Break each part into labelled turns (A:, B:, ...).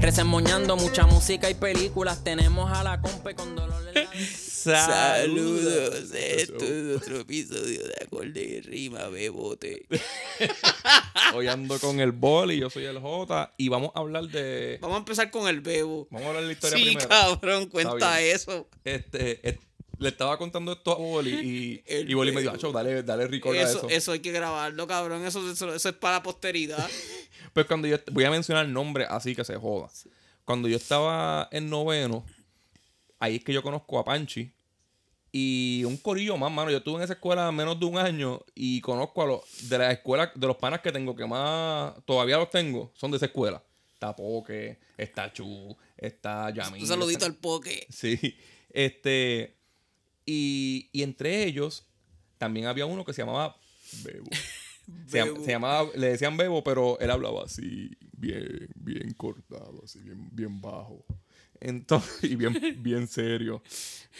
A: Resemoñando mucha música y películas. Tenemos a la compa con dolor en la
B: Saludos, esto es otro episodio de Acorde y Rima, Bebote.
C: Hoy ando con el boli, yo soy el J y vamos a hablar de.
B: Vamos a empezar con el Bebo.
C: Vamos a hablar de la historia
B: Sí,
C: primero.
B: cabrón, cuenta
C: bien.
B: eso.
C: Este, et- le estaba contando esto a Boli y,
B: El
C: y Boli me dijo,
B: bebo.
C: "Acho, dale, dale record a
B: Eso,
C: eso.
B: eso hay que grabarlo, cabrón. Eso, eso, eso es para la posteridad.
C: Pues cuando yo est- voy a mencionar nombres así que se joda. Cuando yo estaba en noveno, ahí es que yo conozco a Panchi y un corillo más, mano. Yo estuve en esa escuela menos de un año y conozco a los de la escuela, de los panas que tengo que más todavía los tengo, son de esa escuela. Está Poke, está Chu, está Yami.
B: Un saludito al poke.
C: Sí. Este. Y, y entre ellos también había uno que se llamaba Bebo. Se, llam-
B: Bebo.
C: se llamaba, le decían Bebo, pero él hablaba así, bien, bien cortado, así, bien, bien bajo. Entonces, y bien, bien serio.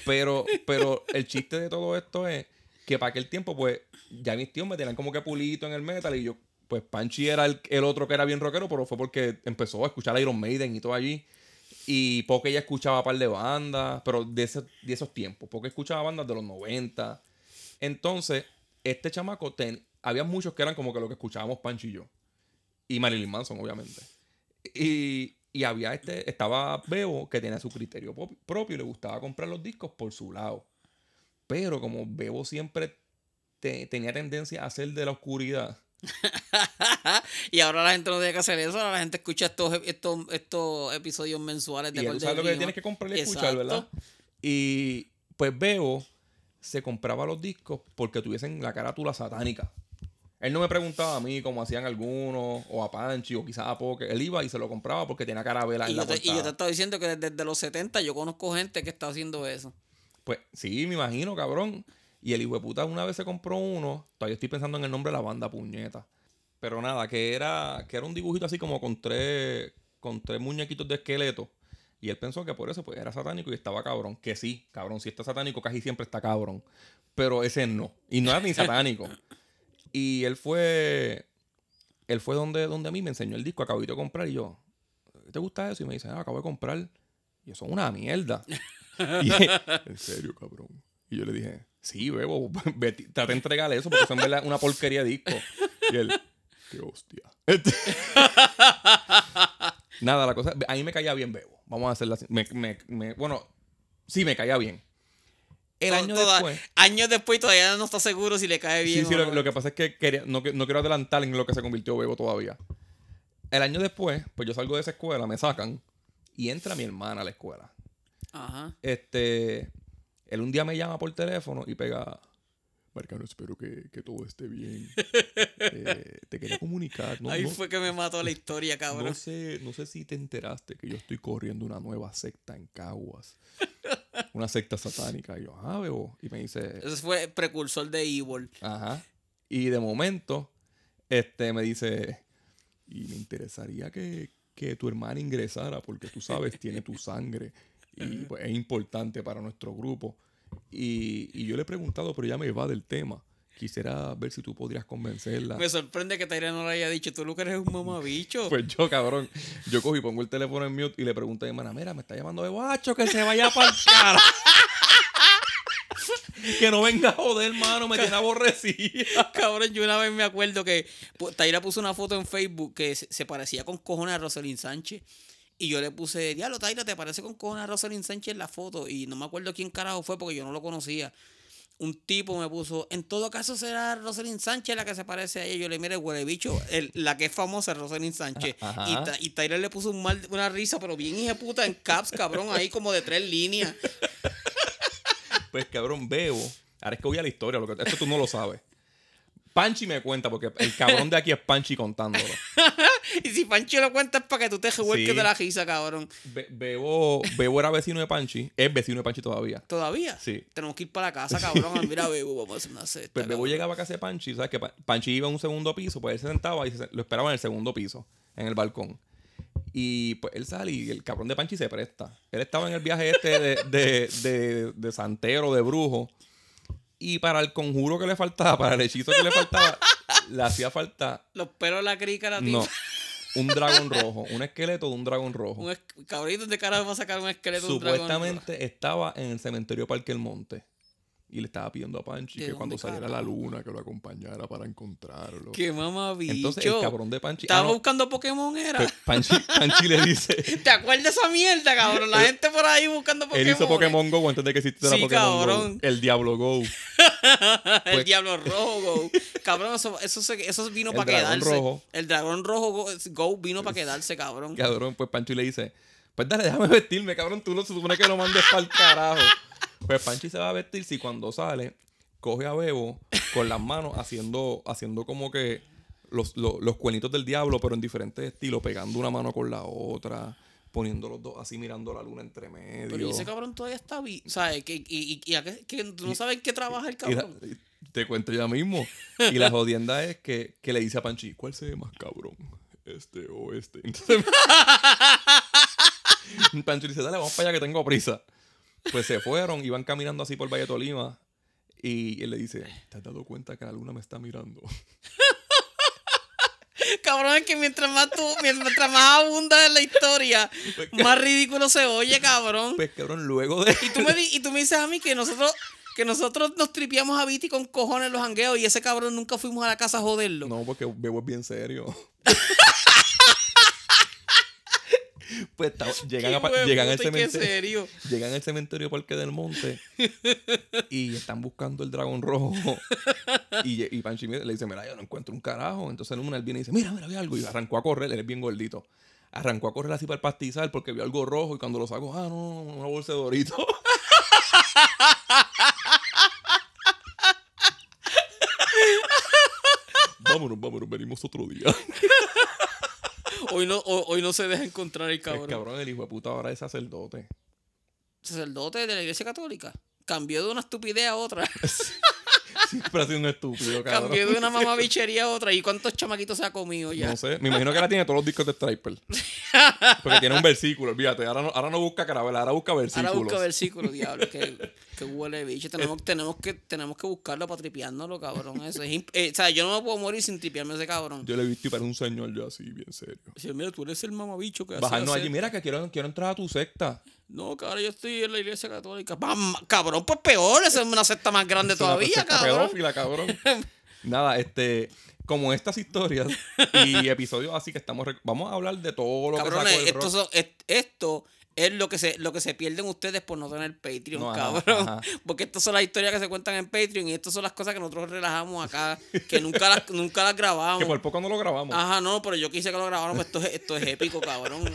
C: Pero, pero el chiste de todo esto es que para aquel tiempo, pues, ya mis tíos me tenían como que pulito en el metal y yo, pues, Panchi era el, el otro que era bien rockero, pero fue porque empezó a escuchar Iron Maiden y todo allí. Y Poké ya escuchaba un par de bandas, pero de, ese- de esos tiempos. Poké escuchaba bandas de los 90. Entonces, este chamaco, ten, había muchos que eran como que lo que escuchábamos Pancho y yo. Y Marilyn Manson, obviamente. Y, y había este, estaba Bebo que tenía su criterio pop- propio y le gustaba comprar los discos por su lado. Pero como Bebo siempre te- tenía tendencia a ser de la oscuridad.
B: y ahora la gente no tiene que hacer eso. Ahora la gente escucha estos, estos, estos episodios mensuales de
C: y ya tú
B: Acorde
C: sabes lo que
B: Rima.
C: tienes que comprar y
B: Exacto.
C: escuchar, ¿verdad? Y pues Bebo se compraba los discos porque tuviesen la carátula satánica. Él no me preguntaba a mí como hacían algunos, o a Panchi, o quizás a Poker. Él iba y se lo compraba porque tenía carabela
B: Y
C: en la
B: yo, te, y yo te
C: portada.
B: estaba diciendo que desde, desde los 70 yo conozco gente que está haciendo eso.
C: Pues sí, me imagino, cabrón. Y el hijo de puta una vez se compró uno. Todavía estoy pensando en el nombre de la banda, puñeta. Pero nada, que era, que era un dibujito así como con tres, con tres muñequitos de esqueleto. Y él pensó que por eso pues, era satánico y estaba cabrón. Que sí, cabrón, si está satánico casi siempre está cabrón. Pero ese no. Y no era ni satánico. Y él fue, él fue donde, donde a mí me enseñó el disco, acabo de comprar y yo, ¿te gusta eso? Y me dice, ah, acabo de comprar. Y eso es una mierda. Y, en serio, cabrón. Y yo le dije, sí, bebo, vete, trata de entregarle eso porque son verdad una porquería de disco. Y él, qué hostia. Nada, la cosa, a mí me caía bien Bebo. Vamos a hacerla así. Me- me- me- bueno, sí, me caía bien. El
B: To-
C: año
B: toda-
C: después...
B: Años después todavía no está seguro si le cae bien.
C: Sí, sí,
B: o
C: lo,
B: no.
C: lo que pasa es que quería- no, que- no quiero adelantar en lo que se convirtió Bebo todavía. El año después, pues yo salgo de esa escuela, me sacan y entra mi hermana a la escuela.
B: Ajá.
C: Este, él un día me llama por teléfono y pega, Marcano, espero que, que todo esté bien. Eh, te quería comunicar, ¿no?
B: Ahí
C: no-
B: fue que me mató la historia, cabrón.
C: no sé, no sé si te enteraste que yo estoy corriendo una nueva secta en Caguas. Una secta satánica. Y yo, ah, Bebo. Y me dice,
B: Ese fue el precursor de Evil.
C: Ajá. Y de momento, este me dice, y me interesaría que, que tu hermana ingresara, porque tú sabes, tiene tu sangre y pues, es importante para nuestro grupo. Y, y yo le he preguntado, pero ya me va del tema. Quisiera ver si tú podrías convencerla.
B: Me sorprende que Taira no lo haya dicho. Tú lo que eres un mamabicho.
C: Pues yo, cabrón, yo cogí, pongo el teléfono en mute y le pregunto a mi hermana, mira, me está llamando de guacho, que se vaya para cara. que no venga a joder, hermano, me tiene aborrecida.
B: Cabrón, yo una vez me acuerdo que pu- Taira puso una foto en Facebook que se se parecía con cojones a Rosalind Sánchez. Y yo le puse, diablo, Taira, te parece con cojones a Rosalind Sánchez en la foto. Y no me acuerdo quién carajo fue porque yo no lo conocía. Un tipo me puso, en todo caso será Rosalind Sánchez la que se parece a ella. Yo le mire, huele bicho, el- la que es famosa es Rosalind Sánchez.
C: Ajá.
B: Y, Ta- y Taira le puso un mal, una risa, pero bien hija puta en caps, cabrón, ahí como de tres líneas.
C: Pues cabrón, Bebo. Ahora es que voy a la historia, lo que, esto tú no lo sabes. Panchi me cuenta, porque el cabrón de aquí es Panchi contándolo.
B: Y si Pancho lo cuenta es para que tú te revuelques
C: Sí.
B: de la risa, cabrón.
C: Be- Bebo, Bebo era vecino de Panchi. Es vecino de Panchi todavía.
B: ¿Todavía?
C: Sí.
B: Tenemos que ir para la casa, cabrón. Mira, Bebo, vamos a hacer una cesta.
C: Pues Bebo
B: cabrón.
C: llegaba a casa de Panchi, ¿sabes? Que Pa- Panchi iba a un segundo piso, pues él se sentaba y se- lo esperaba en el segundo piso, en el balcón. Y pues él sale y el cabrón de Panchi se presta. Él estaba en el viaje este de, de, de- de santero, de brujo. Y para el conjuro que le faltaba, para el hechizo que le faltaba, le hacía falta,
B: Los pelos de la crica, la tipa.
C: no, un dragón rojo, un esqueleto de un dragón rojo.
B: Un es... Cabrón, ¿de carajo va a sacar un esqueleto de un dragón?
C: Supuestamente estaba en el cementerio Parque El Monte. Y le estaba pidiendo a Panchi
B: ¿De
C: que cuando
B: dónde,
C: saliera
B: carajo?
C: la luna, que lo acompañara para encontrarlo.
B: Qué mamabicho.
C: Entonces el cabrón de Panchi.
B: Estaba
C: ah, no,
B: buscando Pokémon, era.
C: pues, Panchi, Panchi le dice.
B: ¿Te acuerdas de esa mierda, cabrón? La gente por ahí buscando Pokémon.
C: Él hizo Pokémon Go antes de que existiera
B: Sí,
C: Pokémon
B: cabrón.
C: Go. El Diablo Go.
B: el
C: Pues-
B: diablo rojo, go. Cabrón, eso, eso, se- eso vino
C: El
B: para
C: dragón
B: quedarse.
C: rojo.
B: El dragón rojo go, go vino para quedarse, cabrón.
C: Cabrón, pues Panchi le dice: Pues dale, déjame vestirme, cabrón. Tú no se supone que lo mandes para el carajo. Pues Panchi se va a vestir si cuando sale, coge a Bebo con las manos haciendo, haciendo como que los, los, los cuernitos del diablo, pero en diferentes estilos, pegando una mano con la otra, poniendo los dos así mirando la luna entre medio.
B: Pero ese cabrón todavía está vivo. ¿Sabes? Que, y, y, y a qué- que tú no sabes en qué trabaja el
C: Y la-
B: cabrón.
C: te cuento ya mismo. Y la jodienda es que, que le dice a Panchi, ¿cuál se ve más cabrón? Este o este. Entonces, Panchi dice, dale, vamos para allá que tengo prisa. Pues se fueron, iban caminando así por Valle de Tolima. Y él le dice, ¿te has dado cuenta que la luna me está mirando?
B: Cabrón, es que mientras más tú, mientras más abunda en la historia, más ridículo se oye, cabrón.
C: Pues cabrón, luego de...
B: Y tú me, di- y tú me dices a mí que nosotros, que nosotros nos tripiamos a Viti con cojones los jangueos y ese cabrón nunca fuimos a la casa a joderlo.
C: No, porque Bebo es bien serio. pues ta- llegan,
B: Qué
C: a pa-
B: huevo,
C: llegan al
B: puto, y qué
C: cementerio.
B: serio.
C: Llegan al cementerio Parque del Monte y están buscando el dragón rojo. Y, ye- y Panchi mira- le dice, mira, yo no encuentro un carajo. Entonces Luna él viene y dice, mira, mira, vi algo. Y arrancó a correr, él es bien gordito. Arrancó a correr así para el pastizal porque vio algo rojo y cuando lo sacó, ah, no, no, una bolsa de dorito. vámonos, vámonos, venimos otro día.
B: Hoy no, hoy, hoy no se deja encontrar el
C: El
B: cabrón.
C: cabrón, el hijo de puta ahora es sacerdote.
B: Sacerdote de la iglesia católica. Cambió de una estupidez a otra.
C: Siempre ha sido un estúpido, cabrón.
B: Cambió de una mamabichería a otra. ¿Y cuántos chamaquitos se ha comido ya?
C: No sé. Me imagino que ahora tiene todos los discos de Striper. Porque tiene un versículo, olvídate. Ahora no, ahora no busca carabela, ahora busca versículos.
B: Ahora busca versículo, diablo, que, que huele de bicho. Tenemos, tenemos, que, tenemos que buscarlo para tripeárnoslo, cabrón. Eso es imp- eh, o sea, yo no me puedo morir sin tripearme a ese cabrón.
C: Yo le he visto y para un señor yo así, bien serio.
B: Dice, mira, tú eres el mamabicho que hace-
C: Bajarnos
B: hace-
C: allí, mira que quiero, quiero entrar a tu secta.
B: No, cabrón, yo estoy en la iglesia católica. Pam, cabrón, pues peor, esa es una secta más grande
C: Es una
B: todavía,
C: secta
B: cabrón.
C: pedófila, cabrón. Nada, este, como estas historias y episodios así que estamos, rec- vamos a hablar de todo lo
B: Cabrones,
C: que sacó el
B: esto,
C: rock.
B: son- est- esto es lo que se lo que se pierden ustedes por no tener Patreon,
C: No, ajá,
B: cabrón.
C: ajá.
B: Porque estas son las historias que se cuentan en Patreon y estas son las cosas que nosotros relajamos acá, que nunca las, nunca las
C: que por
B: grabamos.
C: poco no lo grabamos.
B: Ajá, no, pero yo quise que lo grabaran, pues esto es, esto es épico, cabrón.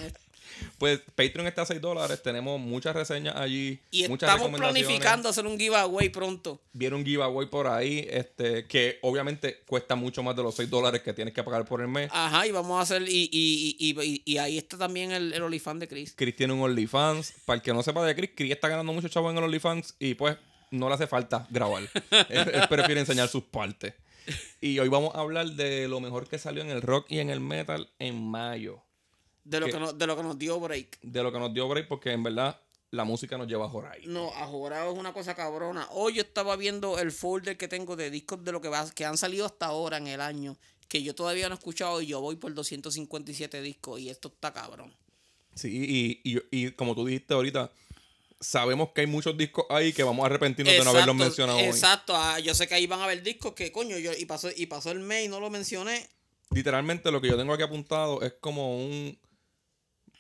C: Pues Patreon está a 6 dólares, tenemos muchas reseñas allí.
B: Y
C: muchas
B: estamos
C: recomendaciones.
B: planificando hacer un giveaway pronto.
C: Vieron un giveaway por ahí, este, que obviamente cuesta mucho más de los 6 dólares que tienes que pagar por el mes.
B: Ajá, y vamos a hacer, y, y, y, y- y ahí está también el, el olifán de Chris.
C: Chris tiene un OnlyFans. Para el que no sepa de Chris, Chris está ganando mucho chavo en el OnlyFans y pues no le hace falta grabar. él, él prefiere enseñar sus partes. Y hoy vamos a hablar de lo mejor que salió en el rock y en el metal en mayo.
B: De lo,
C: ¿Qué?
B: que nos, de lo que nos dio break.
C: De lo que nos dio break porque en verdad la música nos lleva a Horay.
B: No, a jurado es una cosa cabrona. Hoy yo estaba viendo el folder que tengo de discos de lo que, va- que han salido hasta ahora en el año, que yo todavía no he escuchado y yo voy por 257 discos y esto está cabrón.
C: Sí, y, y- y como tú dijiste ahorita, sabemos que hay muchos discos ahí que vamos a arrepentirnos de no haberlos mencionado hoy.
B: exacto. Ah, yo sé que ahí van a haber discos que coño, yo, y, pasó, y pasó el mes y no lo mencioné.
C: Literalmente lo que yo tengo aquí apuntado es como un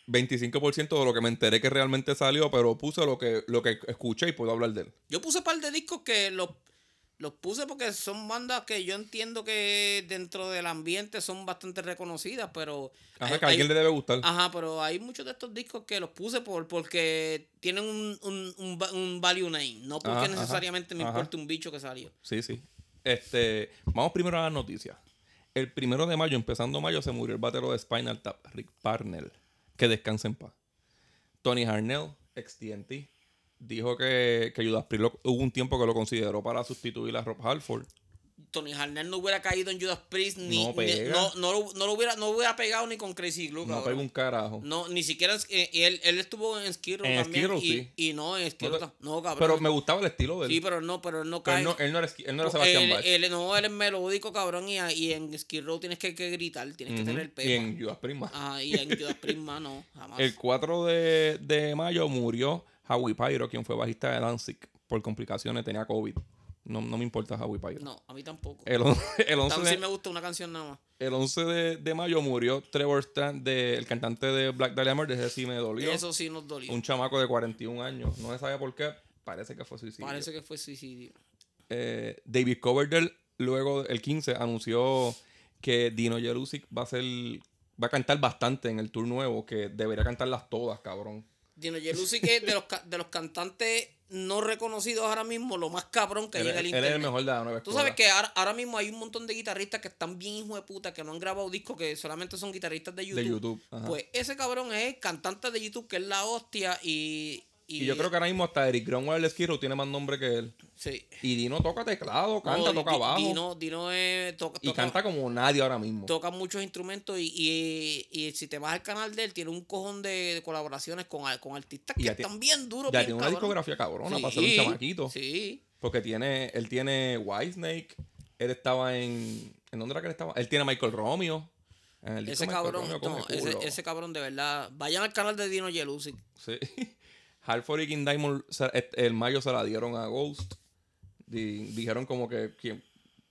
C: 25% de lo que me enteré que realmente salió, pero puse lo que, lo que escuché y puedo hablar de él.
B: Yo puse un par de discos que los, los puse porque son bandas que yo entiendo que dentro del ambiente son bastante reconocidas, pero...
C: Ajá,
B: hay-
C: que a alguien
B: hay- Ah.
C: le debe gustar.
B: Ajá, pero hay muchos de estos discos que los puse por porque tienen un, un, un, va- un value name, no porque
C: Ajá, ajá,
B: necesariamente me
C: ajá.
B: importa un bicho que salió.
C: Sí, sí. Este, vamos primero a las noticias. El primero de mayo, empezando mayo, se murió el batero de Spinal Tap, Rick Parnell. Que descanse en paz. Tony Harnell, ex TNT, dijo que, que Judas Priest lo- hubo un tiempo que lo consideró para sustituir a Rob Halford.
B: Tony Harnell no hubiera caído en Judas Priest ni
C: No
B: ni-
C: pega.
B: no, no lo, no lo hubiera no hubiera pegado ni con Crazy Glue.
C: No
B: cabrón.
C: pegó un carajo.
B: No, ni siquiera es- eh, y él, él estuvo en Skid Row
C: En
B: también
C: Skid Row,
B: y,
C: sí.
B: y no en Skid
C: No
B: Row
C: te-
B: ta- no, cabrón.
C: pero me gustaba el estilo de él.
B: sí, pero no, pero él no
C: Pero
B: cae.
C: él no, él no era, él no era Sebastián
B: él,
C: Bach.
B: él- no, él es melódico, cabrón, y, a- y en Skid Row tienes que, que gritar, tienes que tener el
C: Ujú. Y
B: pelo.
C: en Judas Priest más.
B: Ajá, y en Judas Priest, más no, jamás.
C: El 4 de, de mayo murió Howie Pyro, quien fue bajista de Danzig. Por complicaciones, tenía COVID. No, no me importa Howie Pyro.
B: No, a mí tampoco.
C: El, on- el 11,
B: También sí
C: de,
B: me gusta una canción nada más.
C: el 11 de, de mayo murió Trevor Strand, de- el cantante de Black Dahlia Murder. Ese sí me dolió.
B: Eso sí nos dolió.
C: Un chamaco de 41 años. No se sabe por qué. Parece que fue suicidio.
B: Parece que fue suicidio.
C: Eh, David Coverdale, luego el 15, anunció que Dino Jerusic va a ser... Va a cantar bastante en el tour nuevo, que debería cantarlas todas, cabrón.
B: Dino Jelusi, que es de los, ca- de los cantantes no reconocidos ahora mismo, lo más cabrón que
C: Él,
B: llega al
C: él es el
B: internet.
C: mejor de la nueva
B: Tú
C: escuela.
B: sabes que ahora, ahora mismo hay un montón de guitarristas que están bien hijo de puta, que no han grabado discos, que solamente son guitarristas de YouTube.
C: De YouTube, ajá.
B: Pues ese cabrón es el cantante de YouTube, que es la hostia, y.
C: Y yo creo que ahora mismo hasta Eric Grunwald el Skirro tiene más nombre que él.
B: Sí.
C: Y Dino toca teclado, canta,
B: No,
C: toca
B: Di-
C: bajo.
B: Dino, Dino es- toca,
C: y
B: toca-
C: canta como nadie ahora mismo.
B: toca muchos instrumentos y, y- y si te vas al canal de él, tiene un cojón de, de colaboraciones con, al- con artistas
C: Y
B: que
C: ya ti-
B: están bien duros.
C: ya
B: bien
C: tiene una
B: cabrones.
C: discografía cabrona para ser un
B: Sí,
C: chamaquito.
B: Sí.
C: Porque tiene, él tiene Whitesnake. Él estaba en. ¿En dónde era que él estaba? Él tiene a Michael Romeo. En el disco
B: Ese
C: Michael
B: cabrón,
C: Romeo come
B: no, ese,
C: culo.
B: ese cabrón de verdad. Vayan al canal de Dino Yelusi.
C: Sí. Halford y King Diamond se- et- el mayo se la dieron a Ghost. Di- dijeron como que, que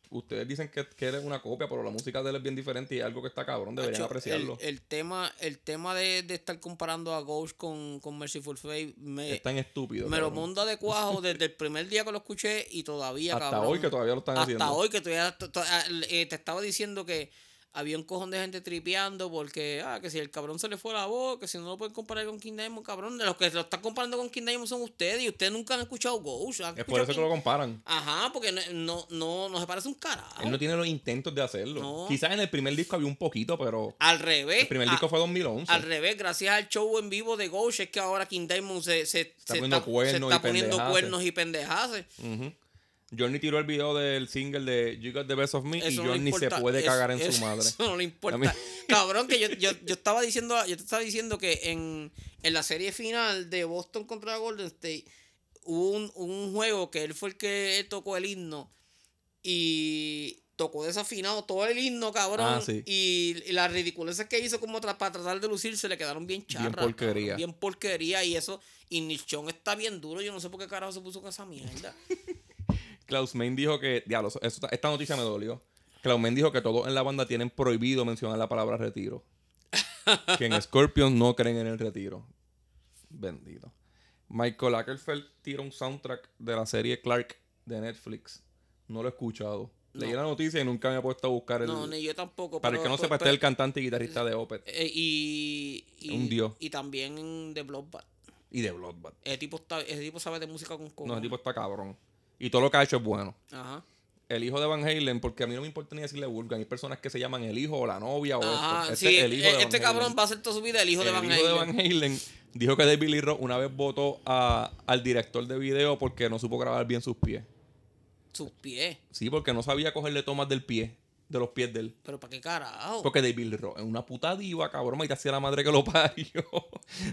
C: ustedes dicen que, que él es una copia, pero la música de él es bien diferente y es algo que está cabrón, deberían
B: Acho, eh,
C: apreciarlo.
B: El, el tema, el tema de, de estar comparando a Ghost con, con Merciful Fate me,
C: es tan estúpido.
B: eh, me lo
C: cabrón.
B: monda de cuajo desde el primer día que lo escuché y todavía,
C: Hasta
B: cabrón.
C: hoy que todavía lo están
B: Hasta
C: haciendo.
B: hoy que todavía to- to- ah, eh, te estaba diciendo que había un cojón de gente tripeando porque, ah, que si el cabrón se le fue la voz, que si no lo pueden comparar con King Diamond, cabrón. De los que lo están comparando con King Diamond son ustedes y ustedes nunca han escuchado Ghost. han
C: Es por
B: escuchado
C: eso que
B: King-
C: lo comparan.
B: Ajá, porque no, no, no, no se parece un carajo.
C: Él no tiene los intentos de hacerlo.
B: No.
C: Quizás en el primer disco había un poquito, pero
B: Al revés.
C: el primer
B: a-
C: disco fue 2011.
B: Al revés, gracias al show en vivo de Ghost es que ahora King Diamond se, se,
C: Está
B: se
C: poniendo cuernos
B: se está
C: y
B: poniendo
C: pendejaces.
B: cuernos y pendejaces.
C: Ujú. Johnny tiró el video del single de You Got the Best of Me
B: Eso
C: y
B: no le
C: Johnny se
B: importa.
C: puede
B: Eso-
C: cagar en
B: eso-
C: su madre.
B: Eso no le importa.
C: A mí-
B: Cabrón, que yo, yo, yo estaba diciendo, yo te estaba diciendo que en, en la serie final de Boston contra Golden State hubo un, un juego que él fue el que tocó el himno y tocó desafinado todo el himno, cabrón.
C: Ah, sí.
B: y, y las ridiculeces que hizo como tra- para tratar de lucir se le quedaron bien charras. cabrón,
C: porquería.
B: bien porquería y eso. Y Nichon está bien duro. Yo no sé por qué carajo se puso con esa mierda.
C: Klaus Main dijo que, diablo, eso- eso- esta noticia me dolió. Klaus Main dijo que todos en la banda tienen prohibido mencionar la palabra retiro. que en Scorpions no creen en el retiro. Bendito. Michael Ackerfeld tira un soundtrack de la serie Clark de Netflix. No lo he escuchado. Leí
B: No.
C: la noticia y nunca me he puesto a buscar el.
B: No, ni yo tampoco.
C: para el
B: pero- pues,
C: que no
B: pero-
C: sepa, está
B: pero-
C: el cantante y guitarrista de Opeth
B: Eh, y, y,
C: Un dios.
B: y también de Bloodbath.
C: y de Bloodbath.
B: Ese tipo, está- ese tipo sabe de música con
C: No,
B: cojones.
C: el tipo está cabrón. Y todo lo que ha hecho es bueno.
B: Ajá.
C: El hijo de Van Halen, porque a mí no me importa ni decirle Vulcan. Hay personas que se llaman el hijo o la novia o
B: Ajá,
C: esto.
B: sí, eh,
C: Van
B: este
C: Halen.
B: cabrón va a hacer toda su vida el hijo de Van
C: el hijo de
B: Halen.
C: Van Halen dijo que David Lee Roth una vez votó a- al director de video porque no supo grabar bien sus pies.
B: Sus pies.
C: Sí, porque no sabía cogerle tomas del pie, de los pies de él.
B: Pero ¿para qué carajo?
C: Porque David Lee Roth es una puta diva, cabrón, y te hacía la madre que lo parió.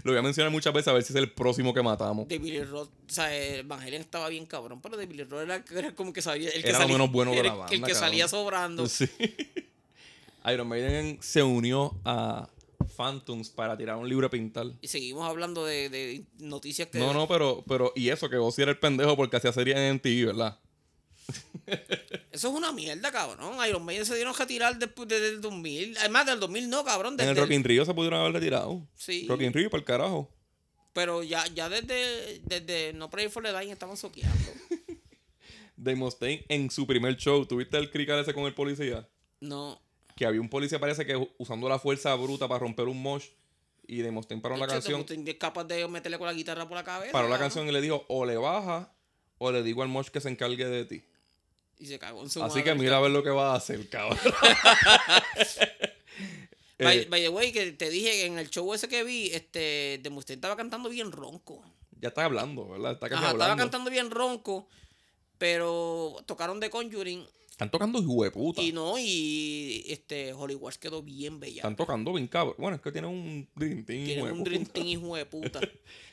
C: lo voy a mencionar muchas veces a ver si es el próximo que matamos.
B: De Billy Roth, o sea, eh, Van Halen estaba bien cabrón, pero de Billy Roth era, era como que sabía. El que
C: Era lo
B: salía,
C: menos bueno de
B: era
C: la
B: el- El
C: banda,
B: que
C: cabrón. Pues
B: salía sobrando.
C: Sí. Iron Maiden se unió a Phantoms para tirar un libro a pintar.
B: Y seguimos hablando de, de noticias que.
C: No, no, pero, pero, y eso, que vos sí era el pendejo porque hacía series en MTV, ¿verdad?
B: Eso es una mierda, cabrón. Iron Maiden se dieron que tirar después de- del 2000. Además, del 2000 no, cabrón.
C: en
B: Desde
C: el Rock in Rio se pudieron haber retirado.
B: Sí.
C: Rock in Rio, para el carajo.
B: Pero ya, ya desde, desde No Pray for the Dying estaban soqueando.
C: Dave Mustaine en su primer show, ¿tuviste el crical ese con el policía?
B: No.
C: Que había un policía, parece que usando la fuerza bruta para romper un mosh. Y Dave Mustaine paró la
B: Chacho,
C: canción.
B: Agustín es capaz de meterle con la guitarra por la cabeza.
C: Paró la
B: cabrón.
C: canción y le dijo, o le baja, o le digo al mosh que se encargue de ti.
B: Y se cagó en su
C: Así
B: madre.
C: que mira a ver lo que vas a hacer, cabrón.
B: By,
C: Eh,
B: by the way, que te dije que en el show ese que vi, este, de Mustaine estaba cantando bien ronco.
C: ya está hablando, ¿verdad? Está casi
B: Ajá, estaba
C: hablando.
B: cantando bien ronco, pero tocaron The Conjuring
C: Están tocando hijo de puta.
B: y no, y este, Holly Wars quedó bien bella.
C: Están tocando bien cabrón. Bueno, es que tienen un drintín.
B: Tiene un Dream Team hijo de puta.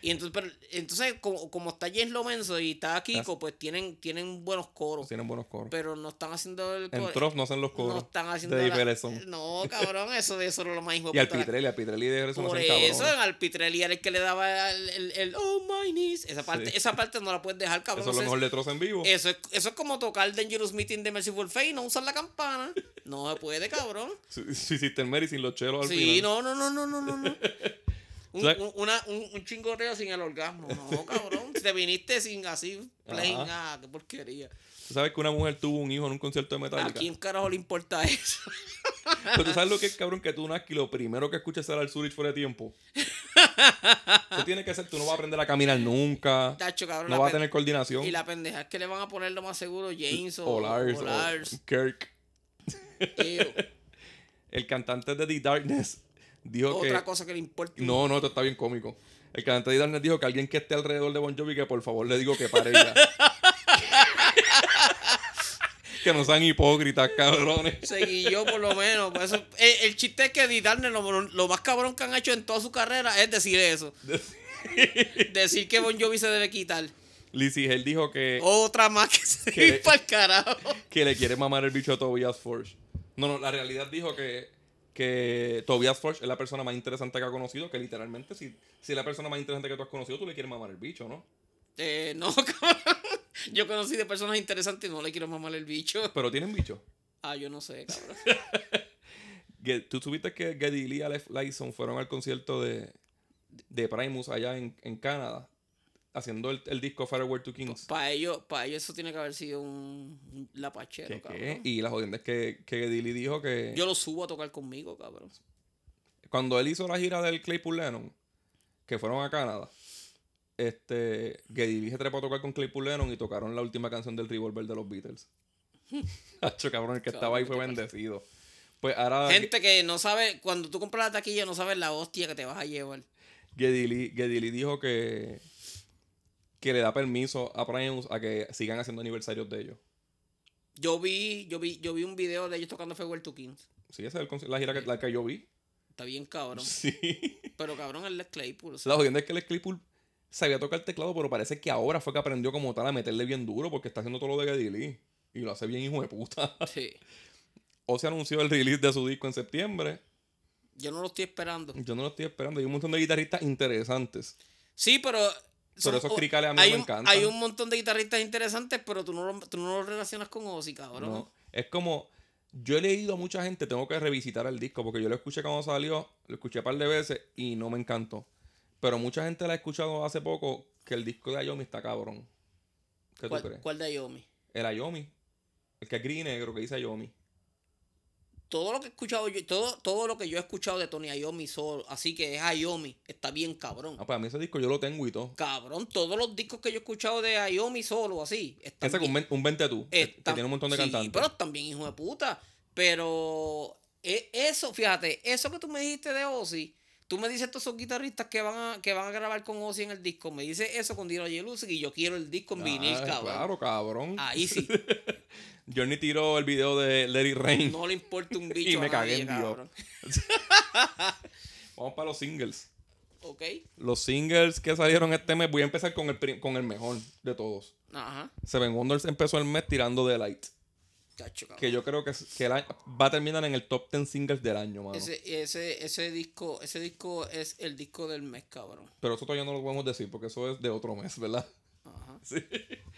B: Y entonces, pero- entonces como, como está James Lomenzo y está Kiko, pues tienen, tienen buenos coros.
C: Tienen buenos coros.
B: Pero no están haciendo el
C: en
B: coro.
C: Trof no hacen los coros.
B: no están haciendo
C: de
B: la-
C: Ibereson.
B: No, cabrón, eso de eso es lo más hijo
C: Y
B: de
C: al
B: puta.
C: Pitrelli, al Pitrelli de Ibereson no
B: Por
C: hacen cabrones.
B: eso ah, al Pitrelli era el que le daba el, el- el, oh my knees. Esa parte,
C: Sí.
B: esa parte no la puedes dejar, cabrón.
C: Eso es lo
B: Eso
C: mejor de Troz en vivo.
B: es, eso, es, eso es como tocar Dangerous Meeting de Mercyful Fate y no usar la campana. No se puede, cabrón.
C: Si si hiciste el Mary sin los chelos al
B: Sí,
C: final.
B: no, no, no, no, no, no, no. Un,
C: ¿Sabes?
B: un- una- un- un chingoteo sin el orgasmo. No, cabrón. Si te viniste sin así, plain, ah, qué porquería.
C: Tú sabes que una mujer tuvo un hijo en un concierto de
B: ¿A
C: Metallica.
B: quién carajo le importa eso?
C: Pero tú sabes lo que es, cabrón, que tú nazcas y lo primero que escuchas será el Zurich fuera de tiempo. Tú tienes que ser, tú no vas a aprender a caminar nunca.
B: Tacho, cabrón.
C: No
B: la
C: vas a
B: pen-
C: tener coordinación.
B: Y la pendeja es que le van a poner lo más seguro James o,
C: o Lars,
B: o
C: o
B: Lars.
C: Kirk.
B: Ew.
C: El cantante de The Darkness dijo
B: Otra
C: que.
B: cosa que le importa.
C: No, no, esto está bien cómico. El cantante de The Darkness dijo que alguien que esté alrededor de Bon Jovi que por favor le digo que pare ya. que no sean hipócritas, cabrones.
B: Seguí yo por lo menos. por eso- eh, el, el chiste es que Didarne lo, lo más cabrón que han hecho en toda su carrera es decir eso. decir que Bon Jovi se debe quitar.
C: Lizzie él dijo que,
B: Otra más que se
C: Eh, Que-
B: ir para el carajo.
C: que le quiere mamar el bicho a Tobias Forge. No, no, la realidad dijo que, que Tobias Forge es la persona más interesante que ha conocido, que literalmente si, si es la persona más interesante que tú has conocido, tú le quieres mamar el bicho, ¿no?
B: Eh, no, cabrón. Yo conocí de personas interesantes y no le quiero mamar el bicho.
C: Pero tienen bicho.
B: Ah, yo no sé, cabrón.
C: Ge- Tú supiste que Geddy Lee y Aleph Lyson fueron al concierto de, de Primus allá en, en Canadá, haciendo el, el disco Farewell to Kings.
B: Para ellos, para ellos eso tiene que haber sido un, un lapachero,
C: ¿Qué, qué?
B: cabrón.
C: Y la jodienda es que, que Geddy Lee dijo que
B: Yo lo subo a tocar conmigo, cabrón.
C: cuando él hizo la gira del Claypool Lennon, que fueron a Canadá, este, Geddy Lee se trepó a tocar con Claypool Lennon y tocaron la última canción del Revolver de los Beatles. Hacho, cabrón, el que estaba ahí fue bendecido. Pues ahora...
B: Gente que no sabe, cuando tú compras la taquilla, no sabes la hostia que te vas a llevar.
C: Gedili dijo que que le da permiso a Primus a que sigan haciendo aniversarios de ellos.
B: Yo vi, yo vi, yo vi un video de ellos tocando Farewell to Kings.
C: Sí, esa es el conci- la gira que, la que yo vi.
B: Está bien cabrón.
C: Sí.
B: Pero cabrón, el Claypool. o sea,
C: La jodienda es que el Claypool sabía tocar teclado, pero parece que ahora fue que aprendió como tal a meterle bien duro porque está haciendo todo lo de Gedili. Y lo hace bien hijo de puta.
B: sí.
C: O se anunció el release de su disco en septiembre.
B: Yo no lo estoy esperando.
C: Yo no lo estoy esperando. Hay un montón de guitarristas interesantes.
B: Sí, pero. son-
C: esos
B: o-
C: cricales a mí no
B: hay
C: me
B: un,
C: encantan.
B: Hay un montón de guitarristas interesantes, pero tú no lo, tú no lo relacionas con Ozzy, cabrón.
C: No, es como. Yo he leído a mucha gente, tengo que revisitar el disco, porque yo lo escuché cuando salió, lo escuché un par de veces y no me encantó. Pero mucha gente la ha escuchado hace poco que el disco de Ayomi está cabrón. ¿Qué tú
B: ¿Cuál,
C: crees?
B: cuál de Ayomi?
C: El Ayomi. El que es gris y negro que dice Ayomi.
B: Todo lo que he escuchado yo, todo, todo lo que yo he escuchado de Tony Ayomi solo, así que es Ayomi, está bien cabrón.
C: Ah, pues a mí ese disco yo lo tengo y todo.
B: Cabrón, todos los discos que yo he escuchado de Ayomi solo, así, están
C: Ese que un,
B: bien-
C: ven- un 20 tú, que- que,
B: están-
C: tiene un montón de
B: sí,
C: cantantes.
B: pero están bien hijo de puta. Pero e- eso, fíjate, eso que tú me dijiste de Ozzy, tú me dices todos esos guitarristas que van a, que van a grabar con Ozzy en el disco, me dices eso con Dino Yelusi y yo quiero el disco en
C: Ah,
B: vinil, cabrón.
C: Claro, cabrón.
B: Ahí sí,
C: Johnny tiró el video de Larry Rain.
B: no le importa un bicho
C: y me
B: a
C: cagué
B: nadie,
C: en Dios.
B: cabrón.
C: Vamos para los singles.
B: Ok,
C: Los singles que salieron este mes, voy a empezar con el, prim- con el mejor de todos.
B: ajá,
C: Seven Wonders empezó el mes tirando The Light.
B: cacho, cabrón.
C: Que yo creo que, es- que el año- va a terminar en el top 10 singles del año, mano.
B: Ese, ese, ese disco, ese disco es el disco del mes, cabrón.
C: Pero eso todavía no lo podemos decir porque eso es de otro mes, ¿verdad?
B: Ajá.
C: Sí.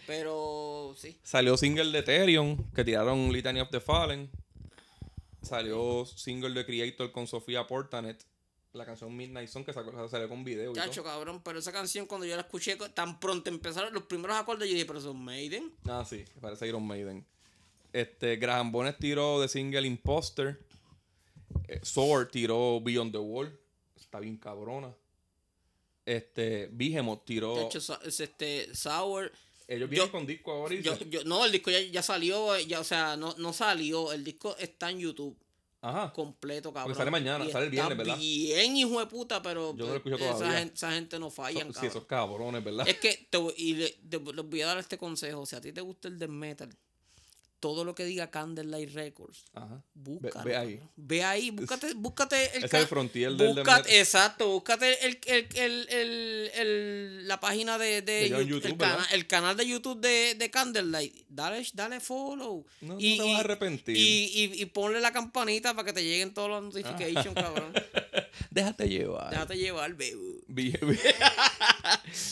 B: Pero sí,
C: Salió single de Ethereum, que tiraron Litany of the Fallen. Salió single de Creator con Sofía Portanet. La canción Midnight Song que sacó- salió con video. y todo.
B: cacho, cabrón. Pero esa canción cuando yo la escuché, tan pronto empezaron los primeros acordes, yo dije, pero son Maiden.
C: Ah, sí, parece Iron Maiden. Este, Graham Bones tiró de single Imposter. Eh, Sword tiró Beyond the Wall. Está bien cabrona. Este, Vigemo tiró.
B: De hecho, sa- es este, Sour,
C: Ellos vienen
B: Yo-
C: con disco ahora y
B: Yo,
C: se-
B: yo- no, el disco ya, ya salió, ya, o sea, no, no salió. El disco está en YouTube
C: Ajá.
B: completo, cabrón.
C: sale mañana, sale el
B: está
C: viernes, ¿verdad?
B: Bien, hijo de puta, pero pues,
C: Yo no lo escucho
B: esa,
C: todavía.
B: Gente, esa gente no falla,
C: So-
B: cabrón.
C: sí, esos cabrones, ¿verdad?
B: Es que te, voy- y le- te- les voy a dar este consejo. Si a ti te gusta el death metal, todo lo que diga Candlelight Records,
C: Ajá.
B: búscalo.
C: ve ahí.
B: Uh, cabrón. Ve ahí, búscate, búscate el
C: Ese es el
B: ca-
C: frontier del death
B: búscate-
C: metal.
B: Exacto, búscate el, el- el- el- el- la página de, de
C: Que lleva en
B: YouTube, el,
C: YouTube,
B: cana-
C: ¿verdad?
B: el canal de YouTube de, de Candlelight. Dale, dale follow.
C: No, no te vas a arrepentir.
B: Y, y- y ponle la campanita para que te lleguen todas las
C: Ah.
B: notifications, cabrón.
C: Déjate llevar.
B: Déjate llevar, baby.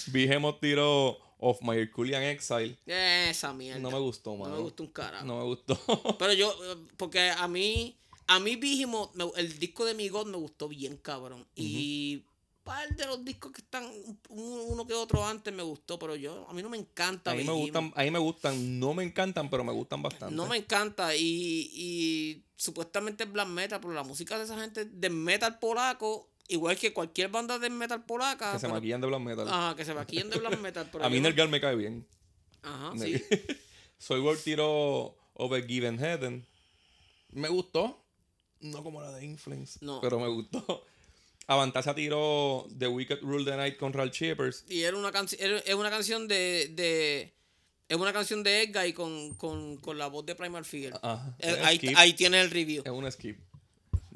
C: Vigemos tiró Of My Herculean Exile.
B: Esa mierda.
C: No me gustó,
B: No
C: mano.
B: me gusta un carajo.
C: No me gustó.
B: Pero yo, eh, porque a mí, a mí Vigimo, me- el disco de Mi God me gustó bien, cabrón. Y par de los discos que están un- uno que otro antes me gustó, pero yo, a mí no me encanta.
C: A mí me
B: Vigimo.
C: gustan, a mí me gustan, no me encantan, pero me gustan bastante.
B: No me encanta. Y, y supuestamente es black metal, pero la música de esa gente de metal polaco, igual que cualquier banda de metal polaca.
C: que se
B: pero-
C: maquillan de black metal.
B: Ajá, que se maquillan de black metal. Pero
C: a mí
B: yo no-
C: Nergal me cae bien.
B: Ajá,
C: Ne-
B: sí.
C: Soy World tiró Over Given Heaven. Me gustó. No como la de Influence,
B: No.
C: pero me gustó. Avantasia tiró The Wicked Rule the Night con Ralph Shippers.
B: Y era una canción, es una canción de, de- es una canción de Edgar y con, con, con la voz de Primal Fear.
C: Ajá.
B: Eh,
C: Es
B: ahí,
C: skip.
B: ahí tienes el review.
C: Es un skip.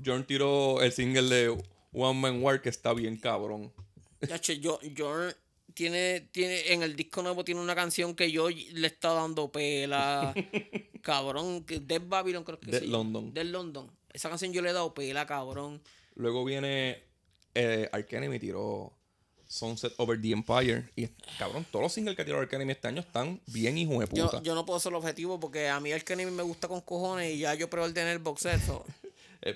C: John tiró el single de One Man War que está bien cabrón. Eh.
B: Yacho, yo, yo- tiene, tiene, en el disco nuevo tiene una canción que yo le está dando pela. cabrón, que Dead Babylon creo que
C: Dead
B: se llama.
C: London.
B: Dead London. Esa canción yo le he dado pela, cabrón.
C: Luego viene eh, me tiró Sunset Over the Empire. Y cabrón, todos los singles que tiró Arcanemy este año están bien hijo de
B: Yo,
C: puta.
B: yo no puedo ser objetivo porque a mí el Kenny me gusta con cojones y ya yo preordené el box set. so.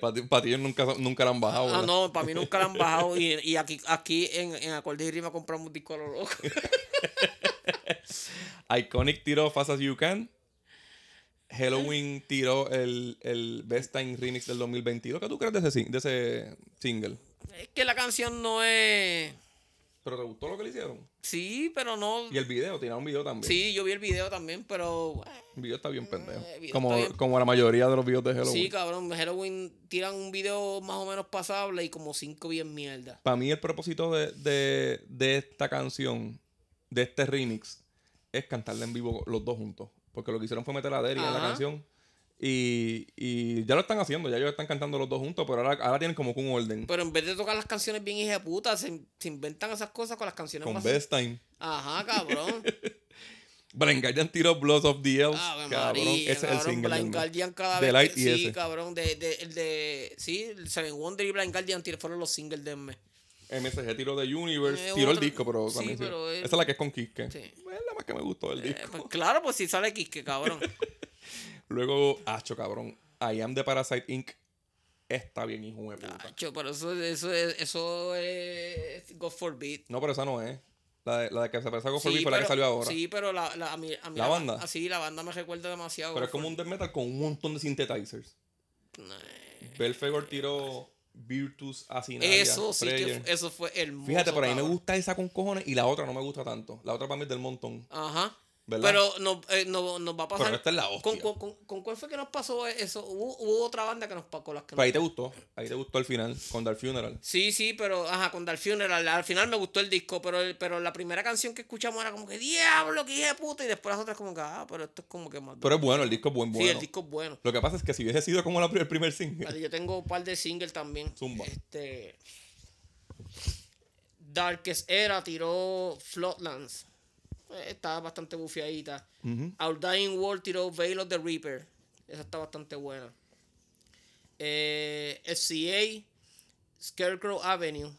C: Para ti, Eh, pa' ti ellos nunca, nunca la han bajado.
B: Ah,
C: ¿verdad?
B: no, para mí nunca la han bajado. Y, y aquí, aquí en, en Acorde y Rima compramos un disco a lo loco.
C: Iconic tiró Fast As You Can. Halloween tiró el, el Best Time Remix del 2022. ¿Qué tú crees de ese, sing- de ese single?
B: Es que la canción no es.
C: ¿Pero te gustó lo que le hicieron?
B: Sí, pero no.
C: Y el video, tiraron un video también.
B: Sí, yo vi el video también, pero. eh,
C: El video está bien pendejo.
B: Eh, el video
C: como,
B: está bien.
C: como la mayoría de los videos de Halloween.
B: Sí, cabrón. Halloween tiran un video más o menos pasable y como 5 bien mierda.
C: Para mí el propósito de, de- de esta canción, de este remix, es cantarla en vivo los dos juntos. Porque lo que hicieron fue meter a Derry en la
B: Ajá.
C: canción. Y, y ya lo están haciendo, ya ellos están cantando los dos juntos, pero ahora, ahora tienen como que un orden.
B: Pero en vez de tocar las canciones bien hija de puta, se, se inventan esas cosas con las canciones
C: con
B: más-
C: Best Time.
B: Ajá, cabrón.
C: Blind Guardian tiró Bloods of the Elves.
B: Ave
C: cabrón,
B: Ah,
C: ese
B: María,
C: es el
B: cabrón,
C: single. del
B: Blind
C: mes.
B: Guardian cada
C: The
B: vez.
C: Light
B: que-
C: y
B: sí,
C: ese.
B: cabrón. De, de, el de, sí, el Seven Wonder y Blind Guardian tir- fueron los singles del mes.
C: MSG tiró The Universe.
B: Eh,
C: tiró el
B: otro-
C: disco, pero
B: sí,
C: también.
B: pero
C: tiró-
B: él-
C: Esa es la que es con Kiske.
B: Sí.
C: Es la más que me gustó del
B: Eh,
C: disco.
B: pues claro, pues si sale Quisque, cabrón.
C: Luego, Acho, cabrón. I am the Parasite Inc. Está bien, hijo de puta.
B: Tacho, pero eso, eso, es- eso es God forbid.
C: No, pero esa no es. La de, la de que se parece a Go For
B: Sí,
C: Me fue la que
B: pero-
C: salió ahora.
B: Sí, pero la, la, a mí- a mí
C: ¿La banda?
B: ah, Sí, la banda me recuerda demasiado.
C: Pero es
B: God
C: como un death metal con un montón de synthesizers. Belfegor tiró Virtus
B: Forbid.
C: Asinaria.
B: Eso sí que
C: Prayer.
B: fu- eso fue hermoso.
C: Fíjate, por ahí me
B: cabrón.
C: gusta esa con cojones y la otra no me gusta tanto. La otra para mí es del montón.
B: Ajá.
C: ¿Verdad?
B: Pero no, eh, no- nos va a pasar.
C: Pero esta es la
B: ¿Con,
C: hostia.
B: con, con, con cuál fue que nos pasó eso? Hubo, hubo otra banda que nos pa- con las que
C: Pero ahí
B: nos...
C: te gustó. Ahí te gustó al final con Dark Funeral.
B: Sí, sí, pero ajá, con Dark Funeral. Al final me gustó el disco, pero, el- pero la primera canción que escuchamos era como que diablo, que hija de puta. Y después las otras como que, ah, pero esto es como que más.
C: Pero es bueno, el disco es buen bueno.
B: Sí, el disco es bueno.
C: Lo que pasa es que si hubiese sido como la, pri- el primer
B: Vale,
C: single.
B: yo tengo un par de singles también.
C: Zumba.
B: Este. Darkest Era tiró Floodlands. Eh, Está bastante bufiadita.
C: Ujú.
B: Our Dying World tiró Veil of the Reaper. Esa está bastante buena. Eh, FCA, Scarecrow Avenue.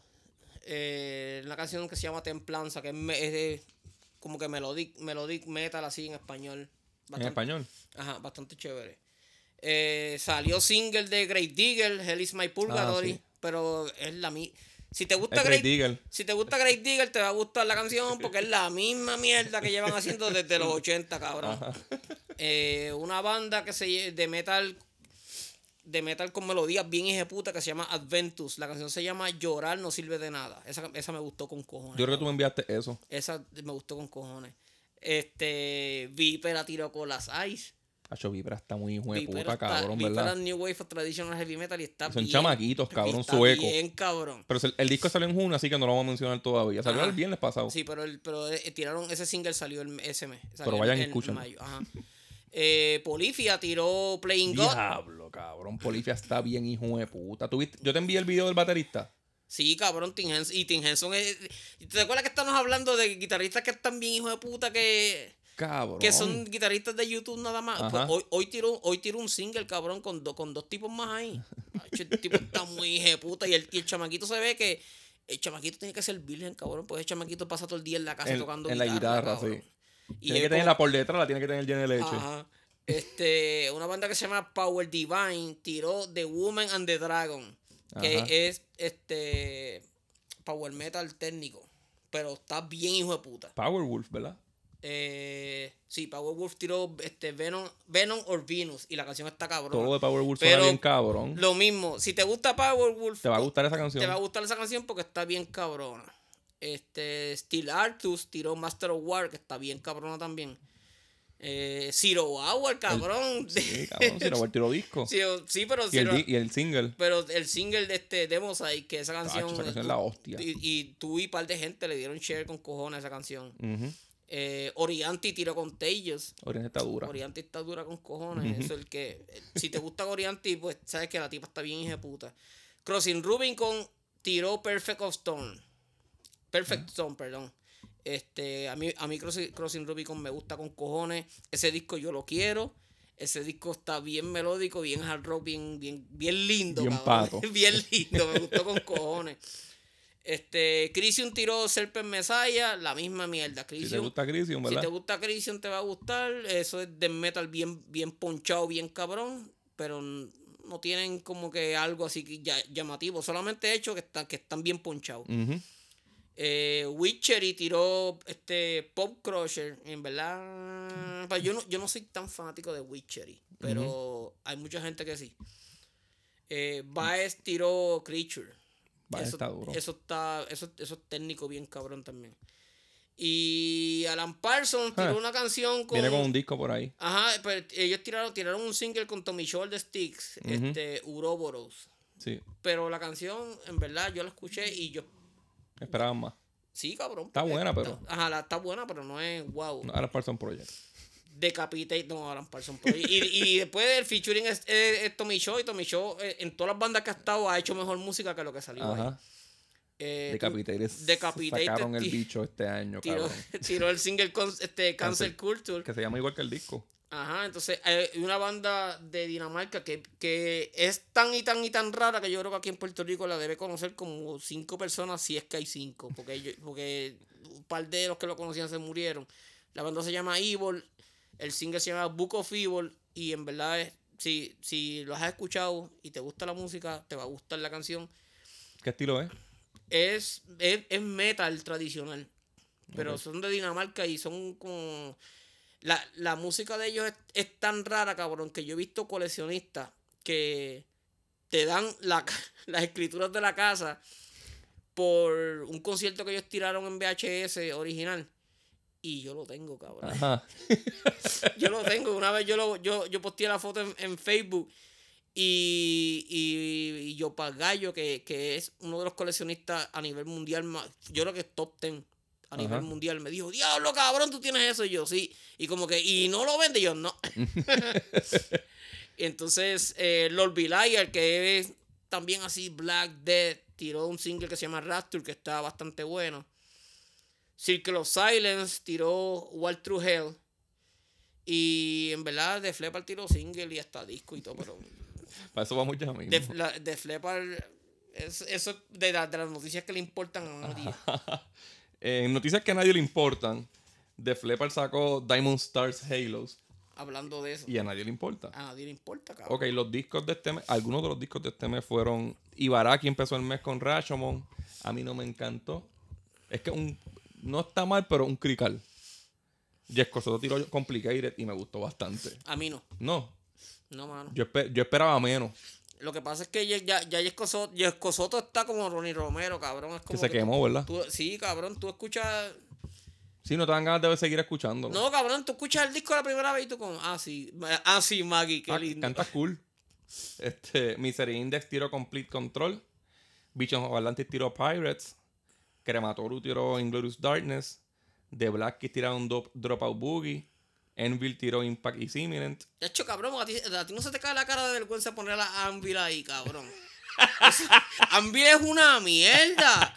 B: Eh, una canción que se llama Templanza, que es, me- es de- como que melodic, melodic metal así en español.
C: En
B: Bastante-
C: español.
B: Ajá, bastante chévere. Eh, salió single de Great Digger, Hell is My Purgatory,
C: Ah, sí.
B: pero es la misma. Si te gusta
C: Es
B: Great,
C: Great Digger.
B: si te gusta Great Digger, te va a gustar la canción porque es la misma mierda que llevan haciendo desde los 80, cabrón. Eh, una banda que se lle- de metal de metal con melodías bien ejeputa que se llama Adventus. La canción se llama Llorar no sirve de nada. Esa, esa me gustó con cojones.
C: Yo creo que tú me enviaste eso.
B: Esa me gustó con cojones. Este, Vipera tiró con las Ice.
C: Hacho Vibra está muy hijo de
B: Vipera
C: puta,
B: está-
C: cabrón,
B: Vipera
C: ¿verdad?
B: New Wave of Traditional Heavy Metal y está
C: Son
B: bien-
C: chamaquitos, cabrón,
B: está
C: suecos.
B: bien, cabrón.
C: Pero el, el disco salió en junio, así que no lo vamos a mencionar todavía. Salió
B: Ajá.
C: el viernes pasado.
B: Sí, pero, el, pero eh, tiraron ese single salió el, ese mes. salió
C: Pero vayan
B: en-
C: y
B: en
C: escúchenlo.
B: mayo, ajá. Eh, Polifia tiró Playing God.
C: Diablo, cabrón. Polifia está bien hijo de puta. ¿Tú viste? Yo te envié el video del baterista.
B: Sí, cabrón, Tim Henson. Y Tim Henson es. ¿Te acuerdas que estamos hablando de guitarristas que están bien hijos de puta que.
C: Cabrón.
B: Que son guitarristas de YouTube nada más.
C: Ajá.
B: Pues hoy, hoy, tiró, hoy tiró un single, cabrón, con, do- con dos tipos más ahí. Acho, el tipo está muy hijo de puta. Y el, y el chamaquito se ve que. El chamaquito tiene que ser virgen, cabrón. Pues el chamaquito pasa todo el día en la casa
C: En-
B: tocando
C: en la guitarra,
B: cabrón. Y
C: tiene
B: él
C: que
B: como-
C: tenerla por letra, la tiene que tener llena de leche.
B: Ajá. Este, una banda que se llama Power Divine tiró The Woman and the Dragon, que
C: Ajá.
B: es este power metal técnico, pero está bien hijo de puta.
C: Powerwolf, ¿verdad?
B: Eh, sí, Power Wolf tiró este Venom, Venom or Venus y la canción está cabrón.
C: Todo de Powerwolf suena
B: Pero
C: bien cabrón.
B: Lo mismo, si te gusta Power Wolf,
C: Te va a gustar esa canción.
B: te va a gustar esa canción porque está bien cabrona. Este, Steel Artus tiró Master of War, que está bien cabrona también. Eh, Zero Hour, cabrón.
C: Sí, cabrón. Si no, el tiro disco.
B: Sí, o- sí, pero,
C: y, el
B: pero-
C: di- y el single.
B: pero el single de este de Mosaic, que esa canción.
C: Tacho, esa canción es la hostia.
B: Y, y tú y par de gente le dieron share con cojones a esa canción.
C: Ujú.
B: Eh, Orianti tiró con Tellos.
C: Oriente está dura.
B: Orianti está dura con cojones. Eso es el que. eh, Si te gusta Orianti, pues sabes que la tipa está bien hija de puta. Crossing Rubicon tiró Perfect of Stone. Perfect Stone, perdón. Este, a mí, a mí Crossing, Crossing Rubicon me gusta con cojones. Ese disco yo lo quiero. Ese disco está bien melódico, bien hard rock, bien, bien, bien lindo.
C: Bien
B: cabrón.
C: pato.
B: bien lindo, me gustó con cojones. Este, Crisium tiró Serpent Messiah, la misma mierda.
C: Si te
B: Crisium-
C: gusta Crisium,
B: si
C: ¿verdad?
B: te gusta Christian, te va a gustar. Eso es de metal bien, bien ponchado, bien cabrón. Pero n- no tienen como que algo así que ya- llamativo. Solamente hecho que, está- que están bien ponchados.
C: Ujú.
B: Eh, Witcher y tiró este Pop Crusher. En verdad. pues yo, no, yo no soy tan fanático de Witchery. Pero hay mucha gente que sí. Eh, Baez tiró Creature.
C: Baez
B: eso,
C: está duro.
B: Eso está. Eso, eso es técnico bien cabrón también. Y Alan Parsons tiró
C: Ah.
B: una canción con.
C: Viene con un disco por ahí.
B: Ajá, pero ellos tiraron, tiraron un single con Tommy Shoulder Sticks,
C: Ujú.
B: este, Uroboros.
C: Sí.
B: Pero la canción, en verdad, yo la escuché y yo
C: Esperaban más.
B: Sí, cabrón.
C: Está
B: porque
C: buena,
B: está-
C: pero-
B: Ajá, la, está buena, pero no es wow.
C: No, ahora es Parson Project.
B: Decapitate, no, Alan Parsons. Pero- y, y después el featuring es, es- es Tommy Shaw. Y Tommy Shaw, eh, en todas las bandas que ha estado, ha hecho mejor música que lo que salió. ahí.
C: Ajá.
B: Eh,
C: Decapitate.
B: tú- Decapitate
C: Sacaron el
B: ti-
C: bicho este año,
B: Tiró,
C: cabrón.
B: tiró el single con, este, Cancel
C: Cancel.
B: Culture.
C: Que se llama igual que el disco.
B: Ajá, entonces hay una banda de Dinamarca que, que es tan y tan y tan rara que yo creo que aquí en Puerto Rico la debe conocer como cinco personas, si es que hay cinco, porque, yo- porque un par de los que lo conocían se murieron. La banda se llama Evil, el single se llama Book of Evil y en verdad es, si, si los has escuchado y te gusta la música, te va a gustar la canción.
C: ¿Qué estilo es?
B: Es, es, es metal tradicional. Pero son de Dinamarca y son como. La, la música de ellos es, es tan rara, cabrón, que yo he visto coleccionistas que te dan la ca- las escrituras de la casa por un concierto que ellos tiraron en VHS original. Y yo lo tengo, cabrón.
C: Ajá.
B: Yo lo tengo. Una vez yo lo, yo, yo posteé la foto en, en Facebook. Y, y, y yo Gallo, que, que es uno de los coleccionistas a nivel mundial más, yo creo que es top 10 a
C: Ajá.
B: nivel mundial, me dijo, diablo cabrón, tú tienes eso, y yo, sí. Y como que, y no lo vende, Y yo, no. y entonces, eh, Lord Belial, que es también así, Black Death, tiró un single que se llama Rapture, que está bastante bueno. Circle of Silence tiró Wall Through Hell. Y en verdad, The Flepper tiró single y hasta disco y todo, pero
C: Para eso vamos ya mismo.
B: de, la, de Flepper, es- eso es de, la- de las noticias que le importan a nadie.
C: Eh, en noticias que a nadie le importan, The Flepper sacó Diamond Stars Halos
B: Hablando de eso.
C: y a nadie le importa.
B: A nadie le importa, cabrón.
C: Ok, los discos de este mes, algunos de los discos de este mes fueron Ibaraki empezó el mes con Rashomon, a mí no me encantó. Es que un no está mal, pero un crical. Jesco Soto tiró Complicated y me gustó bastante.
B: A mí no.
C: No,
B: No, mano.
C: yo, espe- yo esperaba menos,
B: Lo que pasa es que ya, ya, ya Yesco Soto, Yesco Soto está como Ronnie Romero, cabrón. Es
C: que
B: como
C: se
B: tú-
C: quemó, ¿verdad?
B: tú- sí, cabrón, tú escuchas.
C: Sí, no te dan ganas de seguir escuchándolo.
B: No, cabrón, tú escuchas el disco la primera vez y tú como, ah, sí, ma- ah, sí, Maggie, qué
C: Ah,
B: lindo.
C: Cantas cool. Este, Misery Index tiro Complete Control. Bichon of Atlantis tiro Pirates. Crematoru tiro Inglorious Darkness. The Black Keys tiraron Dop- Dropout Boogie. Envil tiró Impact is Imminent.
B: De hecho, cabrón, a ti, a ti no se te cae la cara de vergüenza poner a Anvil ahí, cabrón. Anvil es una mierda.